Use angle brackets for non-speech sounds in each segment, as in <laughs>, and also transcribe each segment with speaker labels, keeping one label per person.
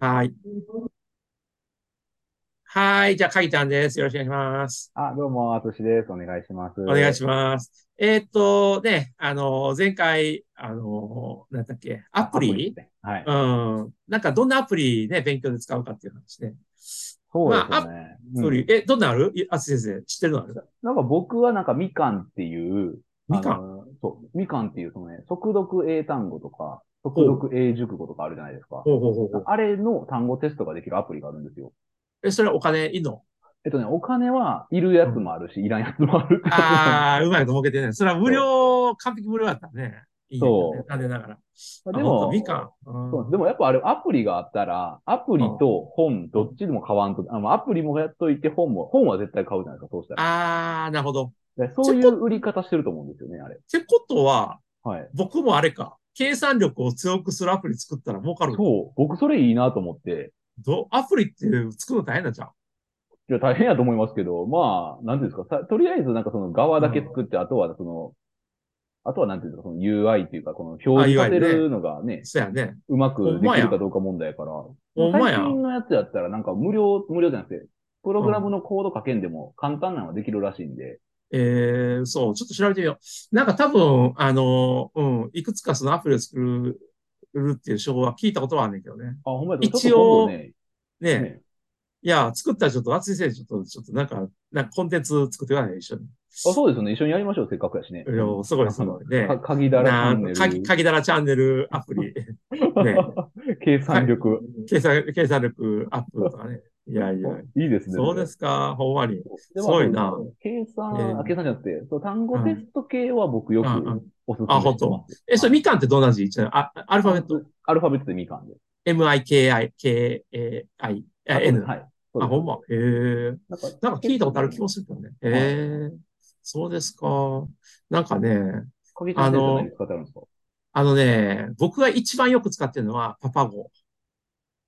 Speaker 1: はい。はい。じゃあ、カギタンです。よろしくお願いします。
Speaker 2: あ、どうも、あとしです。お願いします。
Speaker 1: お願いします。えーっと、ね、あの、前回、あの、なんだっけ、ア
Speaker 2: あ、
Speaker 1: プ
Speaker 2: アプリです
Speaker 1: リ
Speaker 2: ね。はい。
Speaker 1: うん。なんか、どんなアプリね、勉強で使うかっていう話ね。
Speaker 2: そう
Speaker 1: ま
Speaker 2: です
Speaker 1: あ、
Speaker 2: よ
Speaker 1: ア
Speaker 2: ね。う
Speaker 1: プリ、
Speaker 2: ん。
Speaker 1: え、どんなのあるいあつ先生、知ってるのある
Speaker 2: ななんか僕はなんかみかんっていう、
Speaker 1: み
Speaker 2: あ
Speaker 1: かん。
Speaker 2: のー、そう、みかんっていうそのね、速読英単語とか、速
Speaker 1: ほう。
Speaker 2: 読英熟語とかあるじゃないですか。
Speaker 1: ほうほうほうほう。
Speaker 2: あれの単語テストができるアプリがあるんですよ。
Speaker 1: え、それお金いん
Speaker 2: <laughs>
Speaker 1: の
Speaker 2: えっとね、お金はいるや
Speaker 1: う
Speaker 2: つ
Speaker 1: ん。
Speaker 2: もあるし、いらんやつもあるって感じなんです
Speaker 1: ああ、う
Speaker 2: よ。
Speaker 1: まいこと儲けてね。それは無
Speaker 2: そ。
Speaker 1: 料、完璧無料だったらね。いいうんやけどね。
Speaker 2: そ
Speaker 1: 残念ながら。
Speaker 2: う。まあ
Speaker 1: あ、
Speaker 2: で
Speaker 1: ほんと、みか
Speaker 2: も、
Speaker 1: ん。う
Speaker 2: そうなんです。
Speaker 1: ん。
Speaker 2: でもやっぱあれ、アプリがあったら、アプ
Speaker 1: う
Speaker 2: リ
Speaker 1: ん。
Speaker 2: と本、
Speaker 1: う
Speaker 2: どっ
Speaker 1: ん。
Speaker 2: ちでも買わんと、あの、アプリもやっといて、本も、本は絶対買うじゃないですか、そうしたら。
Speaker 1: ああ、なるほど。
Speaker 2: で
Speaker 1: て
Speaker 2: そうい
Speaker 1: こ、
Speaker 2: う売り方してると思うんですよね、あれ。
Speaker 1: ってことは、
Speaker 2: はい。
Speaker 1: 僕もあれか、計算力を強くするアプリ作ったら儲かるんか。
Speaker 2: そう、僕それいいなと思って、
Speaker 1: ど、アプリって作るの大変なんじゃん。
Speaker 2: いや、大変やと思いますけど、まあ、なんていうんですか、さとりあえずなんかその側
Speaker 1: う
Speaker 2: だけ
Speaker 1: ん。
Speaker 2: 作って、あとはその、あとはなんていうんですか、その UI っていうか、この表
Speaker 1: あ、
Speaker 2: 示
Speaker 1: いわ
Speaker 2: さ
Speaker 1: ゆ
Speaker 2: せ
Speaker 1: るね。
Speaker 2: るのがね、
Speaker 1: そうやね。
Speaker 2: うま
Speaker 1: ほ
Speaker 2: く
Speaker 1: ん
Speaker 2: で
Speaker 1: ま
Speaker 2: きる
Speaker 1: や。
Speaker 2: かどうか問題やから、でも
Speaker 1: ほんま
Speaker 2: 最
Speaker 1: や。
Speaker 2: 近のやつやったらなんか無料、無料じゃなくて、プロ
Speaker 1: う
Speaker 2: グラム
Speaker 1: ん。
Speaker 2: のコード書けんでも簡単なのはできるらしいんで、
Speaker 1: えー、そう、ちょっと調べてみよう。なんか多分、あの、うん、いくつかそのアプリを作る、るっていう手法は聞いたことはあるんだけどね。
Speaker 2: あ、ほんまや、ちょっと
Speaker 1: 一
Speaker 2: 今度
Speaker 1: 応、
Speaker 2: ね、
Speaker 1: ね、
Speaker 2: ね、
Speaker 1: いや、作ったらちょっと、淳先生、ちょっと、ちょっとなんか、なんかコンテンツ作ってくださいよ、一緒に。
Speaker 2: あ、そうですよね、一緒にやりましょう、せっかくやしね。
Speaker 1: いうや、
Speaker 2: ん。
Speaker 1: すごい、
Speaker 2: あ
Speaker 1: す
Speaker 2: の、
Speaker 1: ごい。ね、
Speaker 2: か、鍵だらチャ
Speaker 1: な
Speaker 2: ンネ
Speaker 1: かぎ、
Speaker 2: ル。
Speaker 1: かぎだらチャンネルア
Speaker 2: <laughs>
Speaker 1: プリ。ね、
Speaker 2: 計
Speaker 1: か、
Speaker 2: 算力。
Speaker 1: 計算、計算力アップとかね。いやいや、
Speaker 2: そういいですね、
Speaker 1: そ
Speaker 2: そう
Speaker 1: で
Speaker 2: れ。
Speaker 1: すか、ほんまに。
Speaker 2: そうですまあ、
Speaker 1: ごい
Speaker 2: その、
Speaker 1: な。
Speaker 2: 計
Speaker 1: え
Speaker 2: 算、あ、
Speaker 1: ー、
Speaker 2: 計算じゃなくて、そう、単語
Speaker 1: う
Speaker 2: テ
Speaker 1: ん、
Speaker 2: スト系は僕よ
Speaker 1: うん、う
Speaker 2: く
Speaker 1: ん。
Speaker 2: おすす
Speaker 1: あ、
Speaker 2: め
Speaker 1: ほん
Speaker 2: してま
Speaker 1: と。
Speaker 2: す。
Speaker 1: え、それ、
Speaker 2: はい。
Speaker 1: みかんってどんな字一応あ、アルファ
Speaker 2: あ、
Speaker 1: ベット
Speaker 2: アルファベットでみかんで。
Speaker 1: ?M-I-K-I-K-A-I、え
Speaker 2: あ、そうです。
Speaker 1: N。
Speaker 2: はい。そう
Speaker 1: あ、
Speaker 2: です、そ
Speaker 1: ほ
Speaker 2: うんです。
Speaker 1: ま。へえ。
Speaker 2: なんか、
Speaker 1: なんか聞
Speaker 2: 結
Speaker 1: いたことある気
Speaker 2: 構
Speaker 1: もするけどね。へ
Speaker 2: ね、はい。
Speaker 1: え。そうですか。なんかね、
Speaker 2: かげちゃん
Speaker 1: あ
Speaker 2: 先生は何
Speaker 1: の、
Speaker 2: 使ってあるんですか
Speaker 1: あのね、僕が一番よく使ってるのはパパゴ。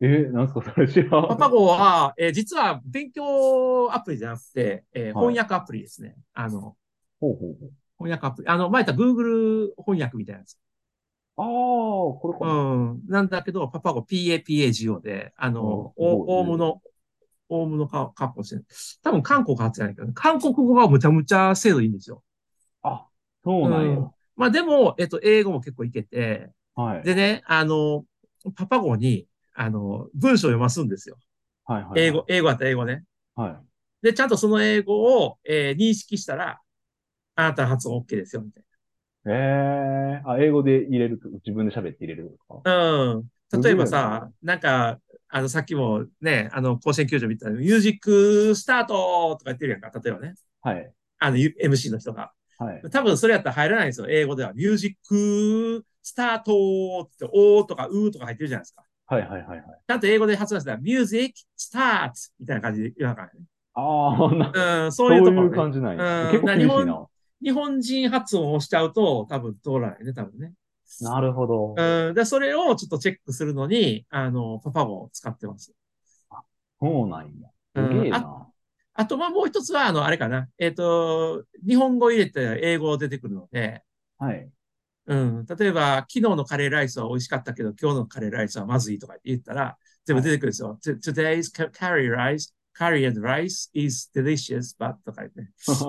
Speaker 2: えー、なんすか、それ知ら
Speaker 1: パパ
Speaker 2: ん。
Speaker 1: ゴは、えー実は勉強アプリじゃなくて、えー
Speaker 2: は
Speaker 1: 翻
Speaker 2: い。
Speaker 1: 訳アプリですね。あの、
Speaker 2: ほうほうほう。
Speaker 1: 翻訳アプリ。あの、前言った Google 翻訳みたいなやつ。
Speaker 2: ああ、これか
Speaker 1: う
Speaker 2: な。
Speaker 1: ん。なんだけど、パパゴ PAPAGO で、あの、
Speaker 2: おー、す
Speaker 1: お、
Speaker 2: ごい。
Speaker 1: オウム
Speaker 2: え
Speaker 1: の、オウムのカカッコしてる。多分韓国発じゃないけどね、韓国語はむちゃむちゃ精度いいんですよ。
Speaker 2: あ、そう
Speaker 1: う
Speaker 2: なんや。
Speaker 1: ん。まあでも、えっと、英語も結構いけて、
Speaker 2: はい。
Speaker 1: でね、あの、パパゴに、あの、文章を読ますんですよ。
Speaker 2: はいはい
Speaker 1: 英
Speaker 2: は
Speaker 1: 語、
Speaker 2: い。
Speaker 1: 英語だったら英語ね。
Speaker 2: はい。
Speaker 1: で、ちゃんとその英語を、えー認識したら、あなたの発音 OK ですよ、みたい
Speaker 2: ええー、あ、英語で入れると、自分で喋って入れるんですか
Speaker 1: な。うん。
Speaker 2: す
Speaker 1: 例え
Speaker 2: ご
Speaker 1: ば
Speaker 2: いな。
Speaker 1: さ、なんか、あの、さっきもね、あの、甲子園球場みたいな、ミュージックスタートとか言ってるやんか、例えばね。
Speaker 2: はい。
Speaker 1: あの、ゆ MC の人が。
Speaker 2: はい。
Speaker 1: 多分それやったら入らないんですよ、英語では。ミュージックスタートって、おーとかうーとか入ってるじゃないですか。
Speaker 2: はいはいはいはい。
Speaker 1: ちゃんと英語で発音したら、ミュージックスタートみたいな感じで言わなあかんね。
Speaker 2: ああ、な、
Speaker 1: うん、そういう
Speaker 2: そ
Speaker 1: と
Speaker 2: うい
Speaker 1: ころ
Speaker 2: う
Speaker 1: ね。
Speaker 2: 感じなんや。
Speaker 1: う
Speaker 2: 結
Speaker 1: ん、
Speaker 2: 構
Speaker 1: な日
Speaker 2: 厳しい
Speaker 1: 本、
Speaker 2: な。
Speaker 1: 日本人発音をしちゃうと、多分通らないね、多分ね。
Speaker 2: なるほど。
Speaker 1: うん、で、それをちょっとチェックするのに、あの、パパを使ってます。
Speaker 2: あ、そうなんや。
Speaker 1: う
Speaker 2: す
Speaker 1: ん、
Speaker 2: げえ
Speaker 1: あ、
Speaker 2: な。
Speaker 1: あと、まあ、もう一つは、あの、あれかな。えっと、日本語入れて英語出てくるので、
Speaker 2: はい。
Speaker 1: うん、例えば、昨日のカレーライスは美味しかったけど、今日のカレーライスはまずいとか言ったら、全部
Speaker 2: は
Speaker 1: 出
Speaker 2: い。
Speaker 1: てくるんですよ。To- Today's ca- curry rice, curry and rice is delicious, but とか言って。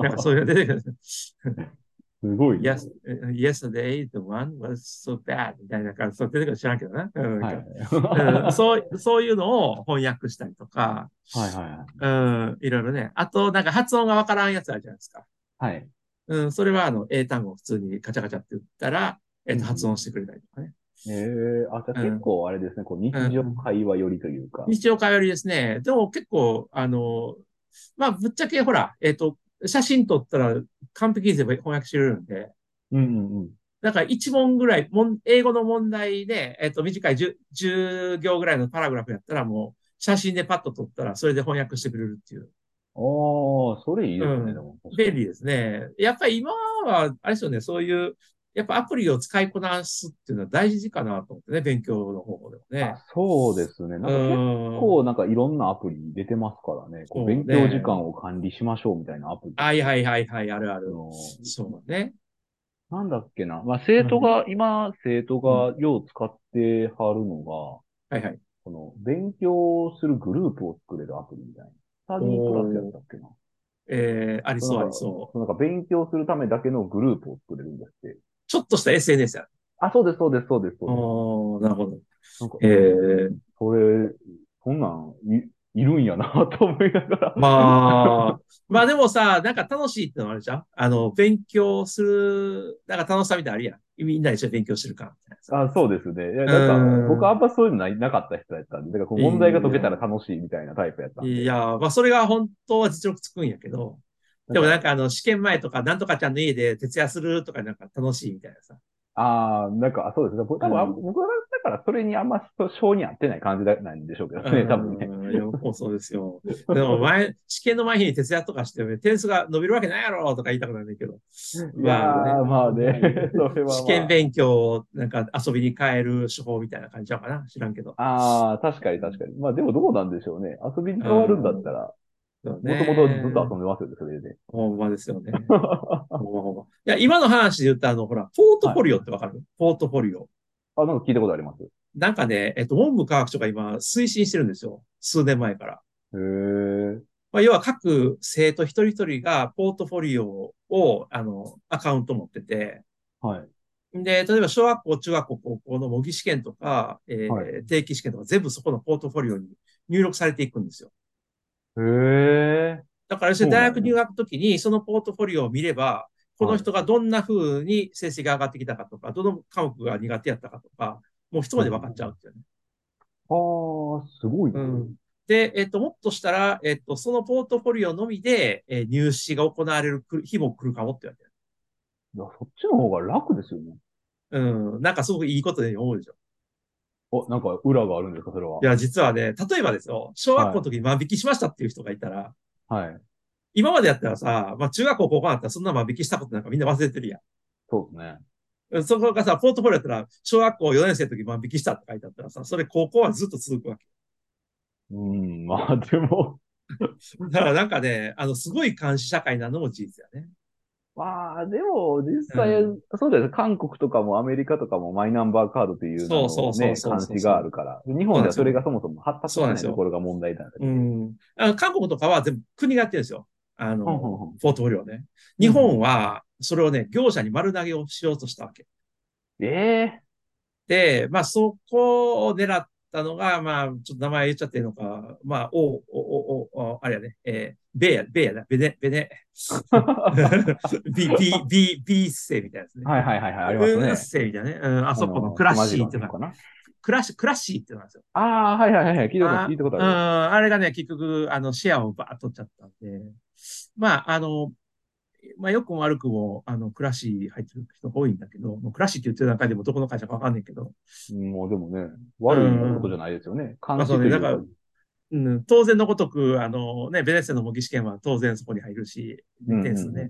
Speaker 1: なんかそういうの出てくるんですよ。
Speaker 2: <laughs> すごいな。
Speaker 1: Yes, uh, yesterday the one was so bad みたいな感じ、そう出てくるか知らんけどな。うん、なん
Speaker 2: はい。
Speaker 1: かうん、
Speaker 2: は
Speaker 1: そう、そういうのを翻訳したりとか、
Speaker 2: いはいはい。
Speaker 1: うん、いろいろね。あと、なんか発音がわからんやつあるじゃないですか。
Speaker 2: はい。
Speaker 1: うん、それはあの、英単語を普通にガチャガチャって言ったら、え
Speaker 2: う
Speaker 1: っ
Speaker 2: ん
Speaker 1: と、発音
Speaker 2: う
Speaker 1: してくれたりとかね。
Speaker 2: ん。ええあ、じゃあ
Speaker 1: う
Speaker 2: 結
Speaker 1: ん、
Speaker 2: 構あれですね、こう
Speaker 1: う
Speaker 2: 日
Speaker 1: ん、
Speaker 2: 常
Speaker 1: うん。
Speaker 2: 会話よりというか。
Speaker 1: 日常会話よりですね。でも結構、あの、まあ、ぶっちゃけほら、えっと、写真撮ったら完璧に全部翻訳してくれるんで、
Speaker 2: うんうんうん。
Speaker 1: だから一問ぐらい、もん英語の問題で、えっと、短い10、10行ぐらいのパラグラフやったらもう、写真でパッと撮ったら、それで翻訳してくれるっていう。
Speaker 2: ああ、それいいうですね、で
Speaker 1: ん。
Speaker 2: も確か
Speaker 1: 便
Speaker 2: に。
Speaker 1: 利ですね。やっぱり今は、あれですよね、そういう、やっぱアプリを使いこなすっていうのは大事かなと思ってね、勉強の方法でも
Speaker 2: あ、
Speaker 1: ね。
Speaker 2: そうですね。なん
Speaker 1: う
Speaker 2: か結
Speaker 1: ー
Speaker 2: 構
Speaker 1: ん。
Speaker 2: なんかいろんなアプリ出てますからね。
Speaker 1: そ
Speaker 2: こう
Speaker 1: う
Speaker 2: 勉強時
Speaker 1: ね。
Speaker 2: 間を管理しましょうみたいなアプリと
Speaker 1: はい
Speaker 2: か。
Speaker 1: はいはいはい、あるあ
Speaker 2: あ
Speaker 1: る。
Speaker 2: の、
Speaker 1: そうね。
Speaker 2: なんだっけな。まあ、
Speaker 1: う
Speaker 2: 生徒
Speaker 1: ん。
Speaker 2: が、今、生徒
Speaker 1: うん。
Speaker 2: がよう使ってはるの
Speaker 1: はいはい。
Speaker 2: その、勉強するグループを作れるアプリみたいな。スタディークラスやったっけな。
Speaker 1: えー、ありそう、ありそう。
Speaker 2: う。なんか勉強するためだけのグループを作れるんですって。
Speaker 1: ちょっとした SNS や。
Speaker 2: あ、そうです、そうです、そうです、
Speaker 1: あ
Speaker 2: そ
Speaker 1: ー
Speaker 2: う
Speaker 1: なるほど。
Speaker 2: です。なんか
Speaker 1: えー、
Speaker 2: それ、そんなん、い、いるんやなと思いながら。
Speaker 1: まあ、 <laughs> まあでもさ、なんか楽しいってのはあるじゃんあの、勉強する、なんか楽しさみたいなのあるやん。みんなで一緒に勉強してるか。みたいなさ
Speaker 2: あ、そうですね。いや、なん
Speaker 1: うん
Speaker 2: か、僕はあんまそういうのないなかった人やったんで、だからこう問題が解けたら楽しいみたいなタイプやったんで。
Speaker 1: いや、まあそれが本当は実力つくんやけど、でもなんかあの、試験前とか、なんとかちゃんの家で徹夜するとかなんか楽しいみたいなさ。
Speaker 2: ああ、なんか、あそうですね。僕多分、あ
Speaker 1: うん
Speaker 2: 僕はだからそれにあんまそう性に合ってない感じだなんでしょうけど <laughs> ね、
Speaker 1: <laughs>
Speaker 2: 多分ね。
Speaker 1: うんいやもうそうですよ。でも前、試験の前に徹夜とかして、点数が伸びるわけないやろとか言いたくなるんだけど。
Speaker 2: いやーまあね、それは、まあ。
Speaker 1: 試験勉強をなんか遊びに変える手法みたいな感じなのかな知らんけど。
Speaker 2: ああ、確かに確かに。まあでもどうなんでしょうね。遊びに変わるんだったら、
Speaker 1: も
Speaker 2: もともとずっと遊んでますよね、それで。 <laughs>
Speaker 1: ほんまですよね。ほんまほんまいや、今の話で言ったあの、ほら、ポートフォリオってわかる、ポートフォリオ。
Speaker 2: あ、なんか聞いたことあります。へ
Speaker 1: なんかね、えっと、文部科学省が今推進してるんですよ。数年前から。
Speaker 2: え。
Speaker 1: まあ、要は各生徒一人一人がポートフォリオを、あの、アカウント持ってて、
Speaker 2: はい。
Speaker 1: で、例えば小学校、中学校、高校の模擬試験とか、えー
Speaker 2: は
Speaker 1: 定期試験とか全部そこのポートフォリオに入力されていくんですよ。
Speaker 2: へえ。
Speaker 1: だから、要するに大学入学の時に、そのポートフォリオを見れば、この人がどんな風に成績が上がってきたかとか、どの科目が苦手やったかとか、もう一目で分かっちゃうっていうね。
Speaker 2: ああ、すごいね。
Speaker 1: で、えっと、もっとしたら、えっと、そのポートフォリオのみで、えー入試が行われるく日も来るかもってわけ。
Speaker 2: いや、そっちの方が楽ですよね。
Speaker 1: うん。なんかすごくいいことで思うでしょ。。
Speaker 2: お、なんか裏があるんですか、それはい
Speaker 1: や、実はね、例えばですよ、小学校の時に万引きしましたっていう人がいたら、
Speaker 2: はい。
Speaker 1: 今までやったらさ、まあ中学校、高校だったらそんな万引きしたことなんかみんな忘れてるやん。
Speaker 2: そうですね。
Speaker 1: そこがさ、ポートフォリオやったら、小学校4年生の時万引きしたって書いてあったらさ、それ高校はずっと続くわけ。
Speaker 2: うん、まあでも、
Speaker 1: だからなんかね、あの、すごい監視社会なのも事実やね。
Speaker 2: まあ、でも、実際、
Speaker 1: う
Speaker 2: そうだよね。韓国とかもアメリカとかもマイナンバーカードというの
Speaker 1: そう
Speaker 2: の
Speaker 1: そう
Speaker 2: ね、
Speaker 1: そうそうそう
Speaker 2: 監視があるから。日本ではそれがそもそも発達し
Speaker 1: そうな
Speaker 2: なんい
Speaker 1: ですよ
Speaker 2: ところが問題だよね。
Speaker 1: うん。あの韓国とかは全部国がやってるんですよ。あ
Speaker 2: うんう
Speaker 1: の、
Speaker 2: んうん
Speaker 1: ポートフォリオね。日本は、それをね、業者に丸投げをしようとしたわけ。
Speaker 2: ええ
Speaker 1: で、まあ、そこを狙ったのが、まあ、ちょっと名前言っちゃっていいのか、まあ、お、お、お、お、おあれやね、えー、ベや、ベやな、ベネ、ベネ、
Speaker 2: <laughs>
Speaker 1: <laughs> ビ、ビ、ビ、ビーセみたいなやつね。
Speaker 2: はいはいはいはい、あります
Speaker 1: う
Speaker 2: ね
Speaker 1: っ。せみたいなね。うん、あそこ
Speaker 2: あ
Speaker 1: の
Speaker 2: の
Speaker 1: クラッシーって
Speaker 2: 熊次郎
Speaker 1: な
Speaker 2: のかな。
Speaker 1: クラッシュ、クラッシーってなんですよ。
Speaker 2: ああ、はいはいはいはい、聞いたこと
Speaker 1: あ
Speaker 2: ある、聞いたこ
Speaker 1: う
Speaker 2: と
Speaker 1: ん、
Speaker 2: ある。
Speaker 1: あれがね、結局、あの、シェアをバーッと取っちゃったんで、まあ、あの、まあ、よくも悪くも、あの、クラッシー入ってる人が多いんだけど、もうクラッシーって言ってる中でもどこの会社かわかんないけど、
Speaker 2: もうでもね、悪いことじゃないですよね。監視という
Speaker 1: まあそうねうん、当然のごとく、あのね、ベネッセの模擬試験は当然そこに入るし、
Speaker 2: うんうん
Speaker 1: 点数ね。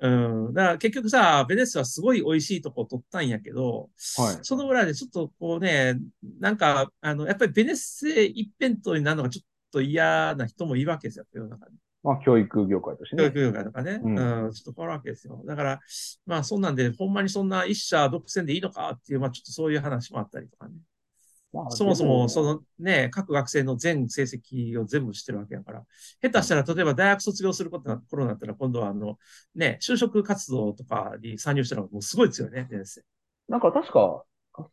Speaker 1: うん、だから結局さ、ベネッセはすごい美味しいとこ取ったんやけど、
Speaker 2: はい
Speaker 1: その裏でちょっとこうね、なんか、あの、やっぱりベネッセ一辺倒になるのがちょっと嫌な人もいるわけですよ、世の中に。
Speaker 2: まあ、教育業界として
Speaker 1: 教
Speaker 2: ね。
Speaker 1: 育業界とかね、
Speaker 2: うん
Speaker 1: うん、ちょっと変わるわけですよ。だから、まあそんなんで、ほんまにそんな一社独占でいいのかっていう、まあちょっとそういう話もあったりとかね。
Speaker 2: まあ
Speaker 1: そもそ
Speaker 2: で
Speaker 1: も、そのね、各学生の全成績を全部知ってるわけやから、下手したら、例えば大学卒業することな頃になったら、今度はあの、ね、就職活動とかに参入したら、もうすごい強いね、先生。
Speaker 2: なんか確か、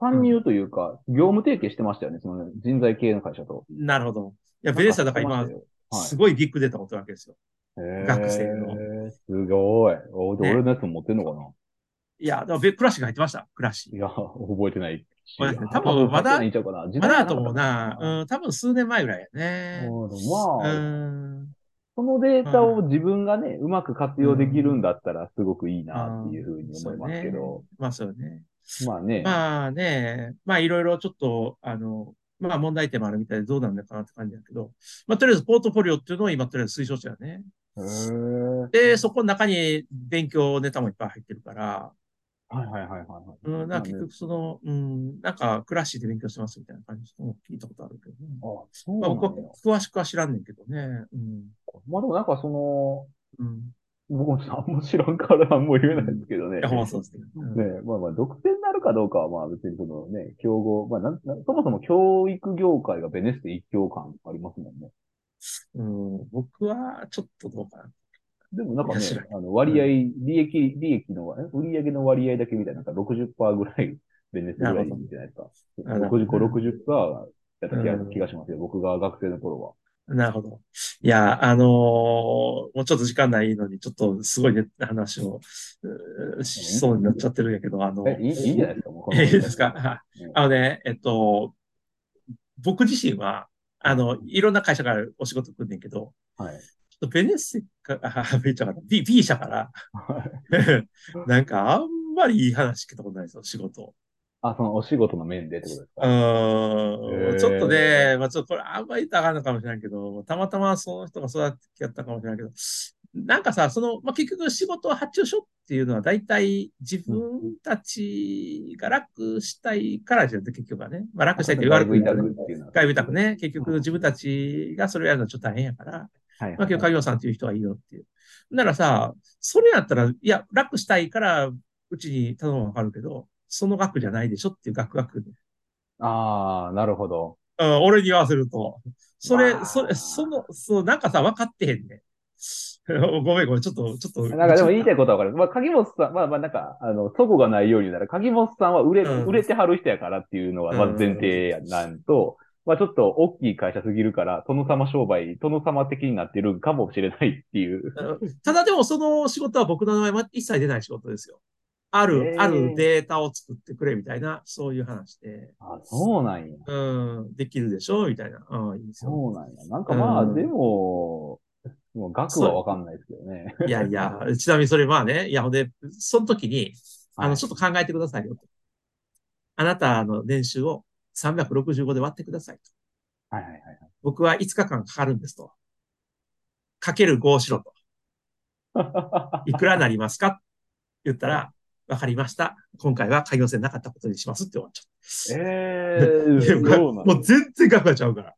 Speaker 2: 参入というか、業務提携してましたよね、その人材系の会社と。
Speaker 1: なるほど。いや、
Speaker 2: ベ
Speaker 1: ベレッサだから今、すごいビッグデータ持ってるわけですよ。学生
Speaker 2: の。すごい。おで
Speaker 1: ね
Speaker 2: 俺のやつも持ってんのかない
Speaker 1: や、でもベクラシが入ってました、クラシ。
Speaker 2: いや、覚えてないし。
Speaker 1: 覚えてない多分まだ
Speaker 2: 入っちゃうかな。時
Speaker 1: ま
Speaker 2: 代
Speaker 1: だ
Speaker 2: が
Speaker 1: だと思うな、うん、多分数年前ぐらいやね。
Speaker 2: うんで
Speaker 1: う
Speaker 2: もまあ、
Speaker 1: ん。
Speaker 2: そのデータを自分がね、うまく活用できるんだったら、すごくいいなっていうふうに思いますけど。
Speaker 1: まあそうよね。
Speaker 2: まあね。
Speaker 1: まあね、まあいろいろちょっと、あの、まあ問題点もあるみたいでどうなんのかなって感じだけど、まあとりあえずポートフォリオっていうのを今とりあえず推奨してるよね。
Speaker 2: へー
Speaker 1: で、そこの中に勉強ネタもいっぱい入ってるから、
Speaker 2: はいはいはいはいはい。
Speaker 1: うん、なんか結局その、うん、なんかクラッシーで勉強してますみたいな感じの聞いたことあるけどね。
Speaker 2: あ、そう
Speaker 1: ま
Speaker 2: な
Speaker 1: あ
Speaker 2: んだ
Speaker 1: 僕は詳しくは知らんねんけどね。うん。
Speaker 2: まあでもなんかその、
Speaker 1: うん。
Speaker 2: 僕もちょっとあんま知らんから何も言えないですけどね。
Speaker 1: いや、ほんまそうですね。うん
Speaker 2: ねまあまあ、独占になるかどうかは、まあ別にそのね、競合、まあなん、なんそもそも教育業界がベネステ一強感ありますもんね。
Speaker 1: うん、僕はちょっとどうかな。
Speaker 2: でもなんかね
Speaker 1: いや知らん、
Speaker 2: あの割合、利益、利益の、え売上の割合だけみたいな、なんか60%ぐらいベネステぐらいじゃないですか。
Speaker 1: なるほど
Speaker 2: 65、60%だった気が
Speaker 1: うん
Speaker 2: 気がしますよ。僕が学生の頃は。
Speaker 1: なるほど。いや、あのーもうちょっと時間ないのに、ちょっとすごいね、話をうーしそうになっちゃってるんやけど、あの、
Speaker 2: え、いいいいんじゃないですか、もうこの
Speaker 1: <laughs> えいいですか。あ
Speaker 2: うん
Speaker 1: あのね、えっと、僕自身は、あの、いろんな会社からお仕事来んねんけど、
Speaker 2: はい。 <laughs>
Speaker 1: ちょっとベネッセか、あ、ベネッセから、B、B 社から、 <laughs> なんかあんまりいい話聞いたことないですよ、仕事。
Speaker 2: あ、そのお仕事の面でってことです
Speaker 1: うー
Speaker 2: か。へー
Speaker 1: ん、ちょっとね、まあちょっとこれあんまり言ったらあかんのかもしれないけど、たまたまその人が育ててやったかもしれないけど、なんかさ、その、まあ、結局仕事を発注書っていうのは大体自分たちが楽したいからじゃん、結局はね。まあ楽したいって言われる
Speaker 2: 外部委託っていうのは。
Speaker 1: 外部委託ね。結局自分たちがそれをやるのはちょっと大変やから、
Speaker 2: はい
Speaker 1: ま
Speaker 2: は
Speaker 1: あ
Speaker 2: い
Speaker 1: 今日、
Speaker 2: はい。
Speaker 1: 鍵尾さんっていう人はいいよっていう。ならさ、それやったら、いや、楽したいから、うちに頼むのはわかるけど、その額じゃないでしょっていう額額
Speaker 2: ああ、なるほど。
Speaker 1: うん、俺に言わせると。それ
Speaker 2: わ、あ
Speaker 1: それ、その、そう、なんかさ、分かってへんね。ごめんごめ <laughs> ん、ちょっと、ちょっと。
Speaker 2: なんかでも言いたいことはわかる。まあ、鍵本さん、まあまあなんか、あの、そこがないようになら、鍵本さんは売れ、
Speaker 1: うん
Speaker 2: 売れてはる人やからっていうのが、まず前提やなんと、まあちょっと大きい会社すぎるから、殿様商売、殿様的になってるかもしれないっていう。
Speaker 1: <laughs> ただでも、その仕事は僕の名前は一切出ない仕事ですよ。ある
Speaker 2: へ、ー
Speaker 1: あるデータを作ってくれみたいな、そういう話で。
Speaker 2: あ、そうなんや。うん
Speaker 1: うん、できるでしょみたいな。うん、いいですよ。
Speaker 2: そうなんや。なんかまあ、
Speaker 1: うん
Speaker 2: でも、もう額はわかんないですけどね。
Speaker 1: いやいや、ちなみにそれまあね、いや、ほんで、その時に、あ
Speaker 2: は
Speaker 1: の、
Speaker 2: い
Speaker 1: ちょっと考えてくださいよと。あなたの年収を365で割ってくださいと。
Speaker 2: はいはいはい。
Speaker 1: 僕は5日間かかるんですと。かける5しろと。いくらになりますかって言ったら、わかりました。今回は開業線なかったことにしますって終わっち
Speaker 2: <laughs> え
Speaker 1: ゃう。
Speaker 2: ー、そうなん
Speaker 1: も
Speaker 2: や
Speaker 1: う全然額がちゃうから。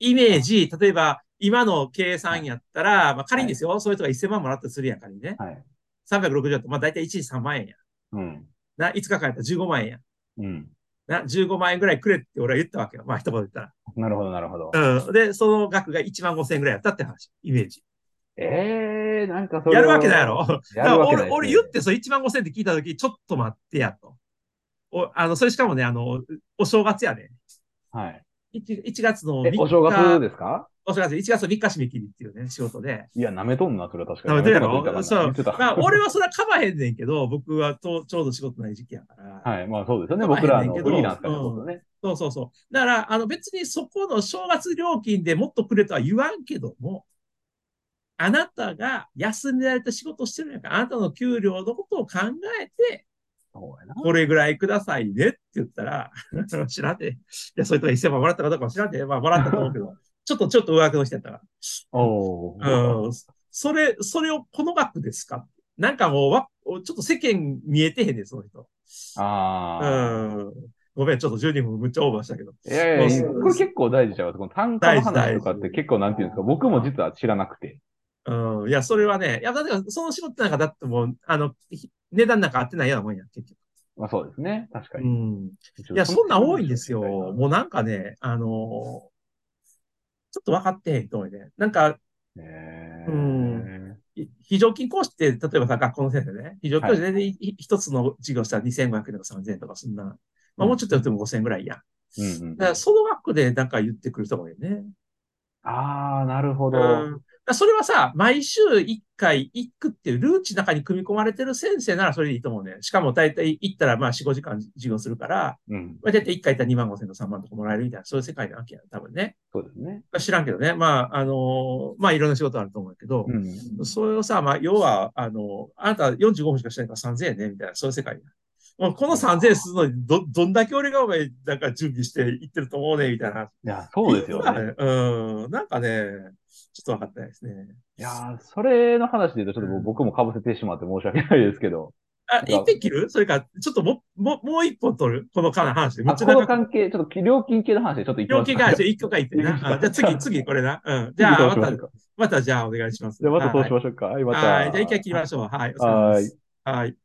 Speaker 1: イメージ、例えば、今の計算やったら、まあ仮にですよ、そういう人が1000万もらったとするやん、仮にね。
Speaker 2: はい。
Speaker 1: 360だと、まあ大体1時3万円や。
Speaker 2: うん。
Speaker 1: な、5日間やったら15万円や。
Speaker 2: うん。
Speaker 1: な、15万円ぐらいくれって俺は言ったわけよ。まあ一言で言っ
Speaker 2: なるほど、なるほど
Speaker 1: た。ら。うん。で、その額が1万5千円ぐらいやったって話、イメージ。
Speaker 2: ええー、なんかそれ
Speaker 1: やる
Speaker 2: は
Speaker 1: わけないやろ。
Speaker 2: やるわけない
Speaker 1: だから俺、俺言って、それ1万5000って聞いたとき、ちょっと待ってやと。お、あの、それしかもね、あの、お正月やね。
Speaker 2: はい。
Speaker 1: 1, 1月の3
Speaker 2: え
Speaker 1: 日。、
Speaker 2: お正月ですか
Speaker 1: お正月、1月の3日締め切りっていうね、仕事で。
Speaker 2: いや、舐めとんな、それは確かに。
Speaker 1: 舐めてるや
Speaker 2: 舐めとんな
Speaker 1: ろ
Speaker 2: それ
Speaker 1: そ
Speaker 2: は言っ
Speaker 1: う。
Speaker 2: てた <laughs>
Speaker 1: まあ、俺はそれはかまへんねんけど、僕はとちょうど仕事ない時期やから。
Speaker 2: はい。まあそうですよね。
Speaker 1: まあ
Speaker 2: 僕らあの
Speaker 1: 変やねんけ
Speaker 2: フ
Speaker 1: ど
Speaker 2: リーランスからこそね。
Speaker 1: そうそうそう。だから、あの、別にそこの正月料金でもっとくれとは言わんけども、あなたが休んでられた仕事してるんやから、あなたの給料のことを考えて、
Speaker 2: そうやな。
Speaker 1: これぐらいくださいねって言ったら、 <laughs> 知らんで、いや、そういうとこ1000万もらったかどうかも知らんで、まあ、もらったと思うけど、ちょっと、ちょっと上書きの人やったか
Speaker 2: おー
Speaker 1: ら。うん。それ、それをこの額ですかなんかもうわ、ちょっと世間見えてへんねん、その人。う
Speaker 2: ああ。
Speaker 1: ん。ごめん、ちょっと12分むっちゃオーバーしたけど。
Speaker 2: いやいや、
Speaker 1: そうそう
Speaker 2: これ結構大事ちゃいます。この単価の話とかって結構なんていうんですか、僕も実は知らなくて。
Speaker 1: うん。いや、それはね、いや、だってその仕事なんかだってもう、あの、ひ値段なんか合ってないようなもんや、結局。
Speaker 2: まあそうですね。確か
Speaker 1: う
Speaker 2: に。
Speaker 1: ん。いや、そんなん多いんですよ。もうなんかね、あのーちょっと分かってへん人多いね。なんか、
Speaker 2: へ
Speaker 1: う
Speaker 2: ー
Speaker 1: い非常勤講師って、例えばさ、学校の先生ね、非常勤講師で、ねい一つの授業したら2500円とか3000円とか、そんな、まあ、もうちょっとやっても5000円ぐらいや。
Speaker 2: うんうん
Speaker 1: だから、その額でなんか言ってくる人が多いよね。
Speaker 2: ああ、なるほ
Speaker 1: うん。
Speaker 2: ど。
Speaker 1: だからそれはさ、毎週1回行くっていうルーチの中に組み込まれてる先生ならそれでいいと思うね。しかも大体行ったらまあ4、5時間授業するから、
Speaker 2: うん。
Speaker 1: まあ、大体1回行ったら2万5千とか3万とかもらえるみたいな、そういう世界なわけやん、多分ね。
Speaker 2: そうですね。
Speaker 1: まあ知らんけどね。まあ、あのーまあ、いろんな仕事あると思うけど、
Speaker 2: うん。
Speaker 1: それをさ、まあ、要は、あの、あなた45分しかしないから3000円ね、みたいな、そういう世界や。もうこの3000円するのに、ど、どんだけ俺がお前、なんか準備していってると思うね、みたいな。
Speaker 2: いや、そうですよね。。
Speaker 1: うん。なんかね、ちょっと分かってないですね。
Speaker 2: いやーそれの話で言うと、ちょっともう僕も被せてしまって申し訳ないですけど、
Speaker 1: あ、一点切るそれか、ちょっとも、も、もう一本取るこの間の話で。め
Speaker 2: あ
Speaker 1: っちゃ
Speaker 2: この
Speaker 1: 長く。
Speaker 2: 関係、ちょっと料金系の話でちょっと行き
Speaker 1: 料
Speaker 2: ます
Speaker 1: 金
Speaker 2: か
Speaker 1: 関係、
Speaker 2: <laughs>
Speaker 1: 一個書いてな。あじゃあ次、次これな。うん。じゃあ、また、またじゃあお願いします。
Speaker 2: じゃあまたそう
Speaker 1: はい
Speaker 2: しましょうか。はい、また。
Speaker 1: はい。じゃあ一回切りましょう。はい。お疲れ様ですはい。